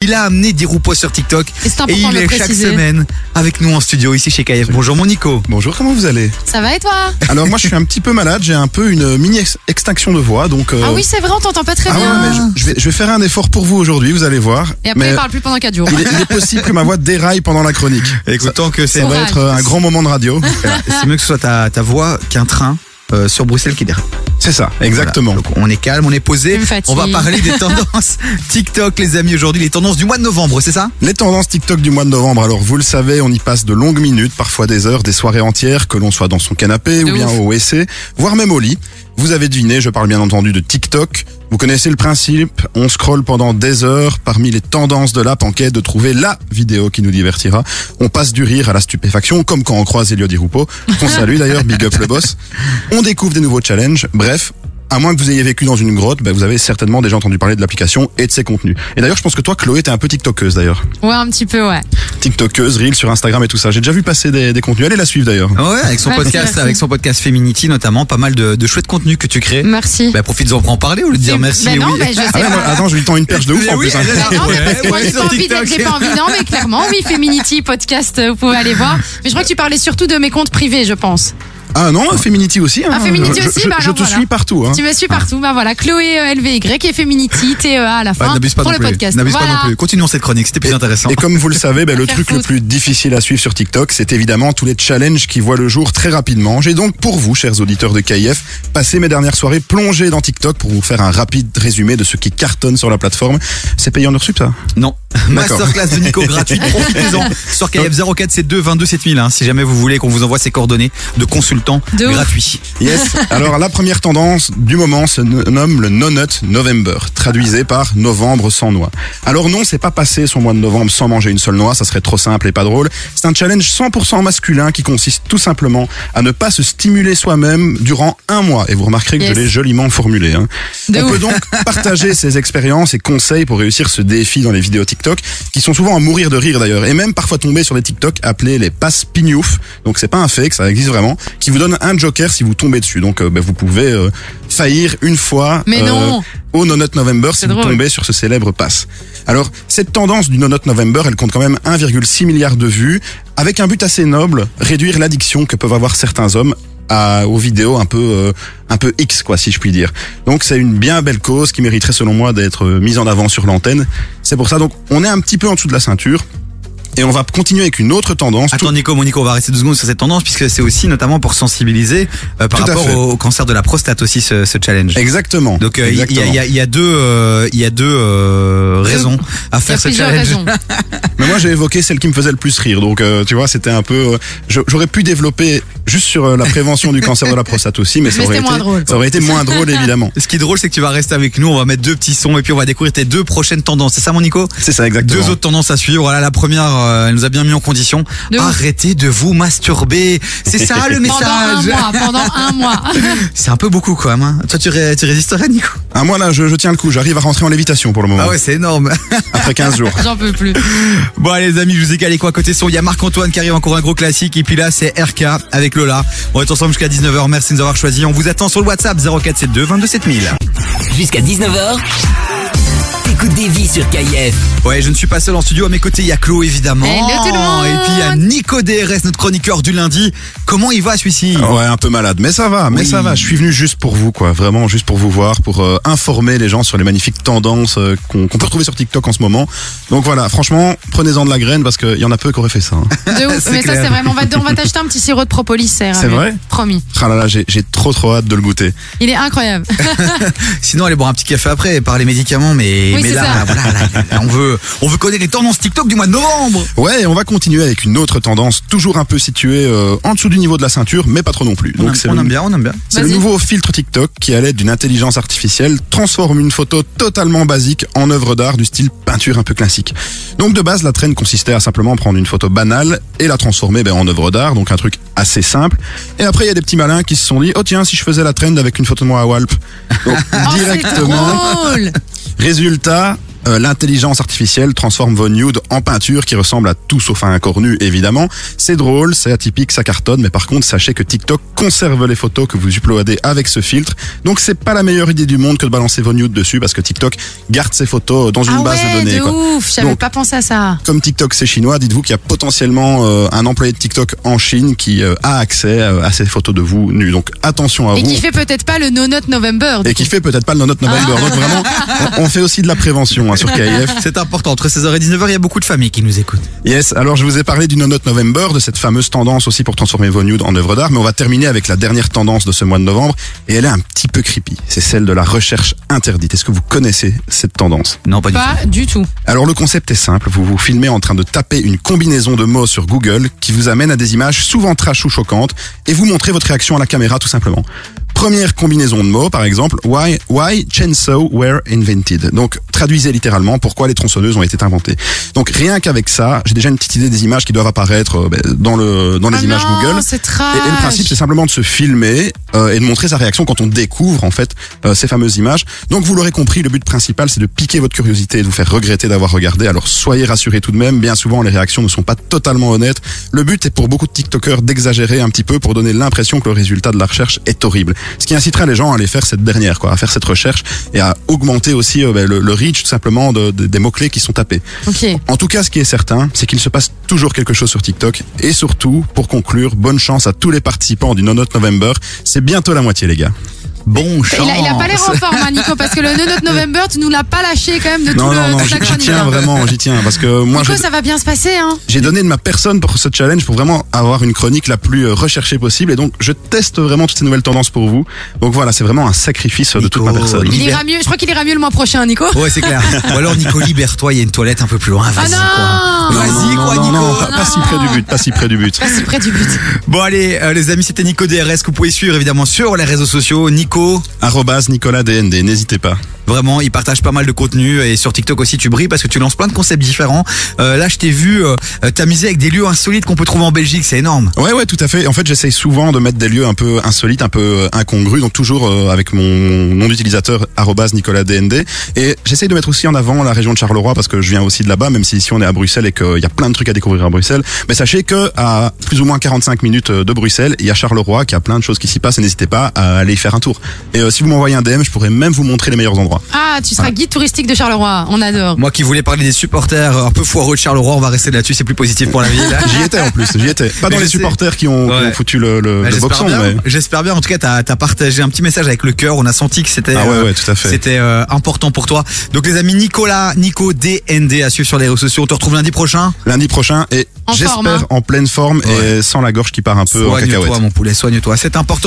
Il a amené Diroupo sur TikTok. Et c'est Et important il de le est chaque préciser. semaine avec nous en studio ici chez KF. Bonjour mon Nico. Bonjour, comment vous allez Ça va et toi Euh. Alors moi je suis un petit peu malade, j'ai un peu une mini ex- extinction de voix, donc... euh, Ah oui, c'est vrai, on t'entend pas très ah ouais, bien. mais je, je vais, je vais faire un effort pour vous aujourd'hui, vous allez voir. Et après, mais il parle plus pendant 4 jours. il, est, il est possible que ma voix déraille pendant la chronique. Écoutant que c'est Ça va Courage. être euh, un grand moment de radio. c'est mieux que ce soit ta, ta voix qu'un train euh, sur Bruxelles qui dérape. C'est ça, exactement. Voilà. Donc, on est calme, on est posé. Tu me On fatigues. va parler des tendances TikTok, les amis, aujourd'hui, les tendances du mois de novembre, c'est ça Les tendances TikTok du mois de novembre, alors vous le savez, on y passe de longues minutes, parfois des heures, des soirées entières, que l'on soit dans son canapé De ou bien ouf. au WC, voire même au lit. Vous avez deviné, je parle bien entendu de TikTok. Vous connaissez le principe, on scrolle pendant des heures parmi les tendances de l'app en quête de trouver la vidéo qui nous divertira. On passe du rire à la stupéfaction, comme quand on croise Elio Di Rupo, qu'on salue d'ailleurs, Big Up le boss. On découvre des nouveaux challenges, bref... À moins que vous ayez vécu dans une grotte, bah, vous avez certainement déjà entendu parler de l'application et de ses contenus. Et d'ailleurs, je pense que toi, Chloé, t'es un peu TikTokeuse d'ailleurs. Ouais, un petit peu, ouais. TikTokeuse, Reel sur Instagram et tout ça. J'ai déjà vu passer des, des contenus. Allez la suivre d'ailleurs. Ah Ouais, avec son Merci, podcast, merci. avec son podcast Feminity notamment, pas mal de, de chouettes contenus que tu crées. Merci. Bah, profite-en pour en parler ou lui dire Mais- merci. mais Mm. bah non, oui. mais je sais Ah ouais, pas. moi, attends, je lui tends une perche de ouf Mais en oui, plus. hein. elle a- Alors, non, mais parce que moi, Ouais, j'ai sur pas envie d'être- TikTok. j'ai pas envie, non, mais clairement, oui, Feminity, podcast, euh, vous pouvez aller voir. Mais je crois que tu parlais surtout de mes comptes privés, je pense. Ah non, Feminity aussi. hein. Ah, Feminity Je- je, aussi, je- bah je alors te voilà. suis partout. hein. Tu me suis Ah. partout, bah voilà, Chloé euh, LVY et Feminity, TEA à la Ouais, fin, Bah, N'abuse pas hein, pour non le plus. podcast. N'abuse pas Voilà. non plus. Continuons cette chronique, c'était plus intéressant. Et comme vous le savez, ben, le Faire truc le foutre. plus difficile à suivre sur TikTok, c'est évidemment tous les challenges qui voient le jour très rapidement. J'ai donc pour vous, chers auditeurs de KIF, passé mes dernières soirées plongées dans TikTok pour vous faire un rapide résumé de ce qui cartonne sur la plateforme. C'est payant de sup ça Non. D'accord. Masterclass de Nico gratuite. Profitez-en. Sur KF 0472 22 7000, hein, si jamais vous voulez qu'on vous envoie ces coordonnées de consultants De ouf. gratuits. Yes. Alors la première tendance du moment se nomme le No-Nut November, traduisé par novembre sans noix. Alors non, c'est pas passer son mois de novembre sans manger une seule noix, ça serait trop simple et pas drôle. C'est un challenge 100% masculin qui consiste tout simplement à ne pas se stimuler soi-même durant un mois. Et vous remarquerez que Yes. je l'ai joliment formulé. hein. De On ouf. peut donc partager ses expériences et conseils pour réussir ce défi dans les vidéos TikTok, qui sont souvent à mourir de rire d'ailleurs, et même parfois tomber sur des TikTok appelés les passes pignouf. Donc c'est pas un fake, ça existe vraiment, qui vous donne un joker si vous tombez dessus. Donc euh, bah, vous pouvez euh, faillir une fois Mais euh, non. au No Nut November si C'est vous drôle. tombez sur ce célèbre pass. Alors cette tendance du No Nut November, elle compte quand même 1,6 milliard de vues, avec un but assez noble réduire l'addiction que peuvent avoir certains hommes à, aux vidéos un peu euh, un peu X quoi si je puis dire. Donc c'est une bien belle cause qui mériterait selon moi d'être euh, mise en avant sur l'antenne. C'est pour ça donc on est un petit peu en dessous de la ceinture et on va continuer avec une autre tendance. Attends Nico, mon Nico, on va rester deux secondes sur cette tendance puisque c'est aussi notamment pour sensibiliser euh, par Tout à rapport fait. au, au cancer de la prostate aussi ce, ce challenge. Tout- Exactement. Donc euh, il y a- il y, a- il Exactement. y a- il y a deux, euh, il y a deux euh, raisons à Il y a faire ce plusieurs challenge. raisons. Mais moi j'ai évoqué celle qui me faisait le plus rire. Donc euh, tu vois c'était un peu. euh, je- J'aurais pu développer juste sur euh, la prévention du cancer de la prostate aussi, mais ça Mais aurait c'était été moins drôle. ça aurait été moins drôle évidemment. Ce qui est drôle, c'est que tu vas rester avec nous. On va mettre deux petits sons et puis on va découvrir tes deux prochaines tendances. C'est ça, mon Nico C'est ça exactement. Deux autres tendances à suivre. Voilà, la première, euh, elle nous a bien mis en condition. De ouf. Arrêtez de vous masturber. C'est ça le Pendant un message. mois, pendant un mois. C'est un peu beaucoup quand même. hein. Toi, tu, ré- tu résisterais, Nico Ah, moi là je, je tiens le coup. J'arrive à rentrer en lévitation pour le moment. Ah ouais, c'est énorme. Après 15 jours. J'en peux plus. Bon, allez, les amis, je vous ai calé quoi côté son. Il y a Marc-Antoine qui arrive encore un gros classique. Et puis là, c'est RK avec Lola. On est ensemble jusqu'à 19h. Merci de nous avoir choisis. On vous attend sur le WhatsApp 0472 22 7000. Jusqu'à 19h, t'écoutes des vies sur KIF. Ouais, je ne suis pas seul en studio. À mes côtés, il y a Chlo, évidemment. Hello, tout le monde. Et puis il y a Nico DRS, notre chroniqueur du lundi. Comment il va, celui-ci Ouais, un peu malade, mais ça va, mais Oui. ça va. Je suis venu juste pour vous, quoi. Vraiment, juste pour vous voir, pour euh, informer les gens sur les magnifiques tendances euh, qu'on qu'on peut retrouver sur TikTok en ce moment. Donc voilà, franchement, prenez-en de la graine parce qu'il y en a peu qui auraient fait ça. hein. De ouf. C'est Mais ça, clair. c'est vraiment. On va, on va t'acheter un petit sirop de propolis, serre. C'est avec. vrai Promis. Ah là là, j'ai j'ai trop trop hâte de le goûter. Il est incroyable. Sinon, allez boire un petit café après et parler médicaments. Mais, Oui, mais c'est là, ça. voilà, là, là, là, on veut, on veut connaître les tendances TikTok du mois de novembre. Ouais, et on va continuer avec une autre tendance, toujours un peu située euh, en dessous du niveau de la ceinture, mais pas trop non plus. on, aime, Donc c'est on le- aime bien, on aime bien. C'est le Vas-y. nouveau filtre TikTok qui, à l'aide d'une intelligence artificielle, transforme une photo totalement basique en œuvre d'art du style peinture un peu classique. Donc de base, la traîne consistait à simplement prendre une photo banale et la transformer ben, en œuvre d'art, donc un truc assez simple. Et après, il y a des petits malins qui se sont dit, oh tiens, si je faisais la traîne avec une photo de moi à Walp. Donc, Oh, c'est Ah, directement, drôle. résultat... euh, l'intelligence artificielle transforme vos nudes en peinture qui ressemble à tout sauf à un corps nu, évidemment. C'est drôle, c'est atypique, ça cartonne, mais par contre, sachez que TikTok conserve les photos que vous uploadez avec ce filtre. Donc, c'est pas la meilleure idée du monde que de balancer vos nudes dessus parce que TikTok garde ses photos dans une Ah base de ouais, données. de quoi. ouf, j'avais Donc- pas pensé à ça. Comme TikTok c'est chinois, dites-vous qu'il y a potentiellement euh, un employé de TikTok en Chine qui euh, a accès euh, à ces photos de vous nus. Donc attention à Et vous. qui Ah. fait peut-être pas le No Note November. du Ah Et qui coup. fait peut-être pas le 9 novembre. Donc vraiment, on, on fait aussi de la prévention hein, sur KIF. C'est important. Entre 16h et 19h, il y a beaucoup de familles qui nous écoutent. Yes, alors je vous ai parlé du No Note November, de cette fameuse tendance aussi pour transformer vos nudes en œuvres d'art, mais on va terminer avec la dernière tendance de ce mois de novembre, et elle est un petit peu creepy. C'est celle de la recherche interdite. Est-ce que vous connaissez cette tendance Non, pas du tout. Pas du tout. Alors le concept est simple, vous vous filmez en train de taper une combinaison de mots sur Google qui vous amène à des images souvent trash ou choquantes et vous montrez votre réaction à la caméra tout simplement. Première combinaison de mots par exemple, why, why chainsaw were invented. Donc traduisez littéralement pourquoi les tronçonneuses ont été inventées. Donc rien qu'avec ça, j'ai déjà une petite idée des images qui doivent apparaître euh, ben, dans, le, dans les Ah images non, Google. C'est Et, et le principe, trash. c'est simplement de se filmer euh, et de montrer sa réaction quand on découvre en fait euh, ces fameuses images. Donc vous l'aurez compris, le but principal, c'est de piquer votre curiosité et de vous faire regretter d'avoir regardé. Alors soyez rassurés tout de même. Bien souvent, les réactions ne sont pas totalement honnêtes. Le but est pour beaucoup de TikTokers d'exagérer un petit peu pour donner l'impression que le résultat de la recherche est horrible. Ce qui incitera les gens à aller faire cette dernière, quoi, à faire cette recherche et à augmenter aussi euh, ben, le, le reach tout simplement de- de- des mots clés qui sont tapés. Ok. En tout cas, ce qui est certain, c'est qu'il se passe toujours quelque chose sur TikTok. Et surtout, pour conclure, bonne chance à tous les participants du No Note November. C'est bientôt la moitié, les gars. Bon Il a, il a pas l'air en forme, hein, Nico, parce que le No Note November, tu nous l'as pas lâché quand même de Non, tout non, le non, toute la j'y j'y chronique, tiens hein. vraiment, j'y tiens. Parce que moi, je- Nico, ça va bien se passer, hein. j'ai donné de ma personne pour ce challenge pour vraiment avoir une chronique la plus euh, recherchée possible. Et donc, je teste vraiment toutes ces nouvelles tendances pour vous. Donc voilà, c'est vraiment un sacrifice euh, de toute ma Nico, personne. Il Libère- ira mieux, je crois qu'il ira mieux le mois prochain, Nico. Ouais, c'est clair. Ou alors, Nico, libère-toi, il y a une toilette un peu plus loin. Vas-y, Ah non quoi. Vas-y, Non, quoi, non, Nico. non, pas, pas si près du but, pas si près du but. Pas si près du but. Bon, allez, euh, les amis, c'était Nico DRS que vous pouvez suivre évidemment sur les réseaux sociaux. Nico, Arrobase Nicolas DND, n'hésitez pas. Vraiment, il partage pas mal de contenu et sur TikTok aussi tu brilles parce que tu lances plein de concepts différents. Euh, là, je t'ai vu euh, euh, t'amuser avec des lieux insolites qu'on peut trouver en Belgique, c'est énorme. Ouais, ouais, tout à fait. En fait, j'essaye souvent de mettre des lieux un peu insolites, un peu euh, incongrus, donc toujours euh, avec mon nom d'utilisateur arobase @nicolasdnd. Et j'essaye de mettre aussi en avant la région de Charleroi parce que je viens aussi de là-bas, même si ici on est à Bruxelles et qu'il y a plein de trucs à découvrir à Bruxelles. Mais sachez que à plus ou moins 45 minutes euh, de Bruxelles, il y a Charleroi qui a plein de choses qui s'y passent. Et n'hésitez pas à aller y faire un tour. Et euh, si vous m'envoyez un DM, je pourrais même vous montrer les meilleurs endroits. Ah, tu seras guide touristique de Charleroi. On adore. Moi qui voulais parler des supporters un peu foireux de Charleroi, on va rester là-dessus, c'est plus positif pour la ville. Bah, J'y étais en plus, j'y étais. Pas Mais dans je les sais. supporters qui ont, qui Ouais. ont foutu le, le, Bah, le J'espère boxon, bien, mais. j'espère bien. En tout cas, t'as as partagé un petit message avec le cœur. On a senti que c'était Ah ouais, euh, ouais, tout à fait. c'était euh, important pour toi. Donc les amis, Nicolas, Nico DND à suivre sur les réseaux sociaux. On te retrouve lundi prochain. lundi prochain et En forme, j'espère hein. en pleine forme Ouais. et sans la gorge qui part un peu en cacahuète. Soigne-toi, mon poulet, soigne-toi. C'est important.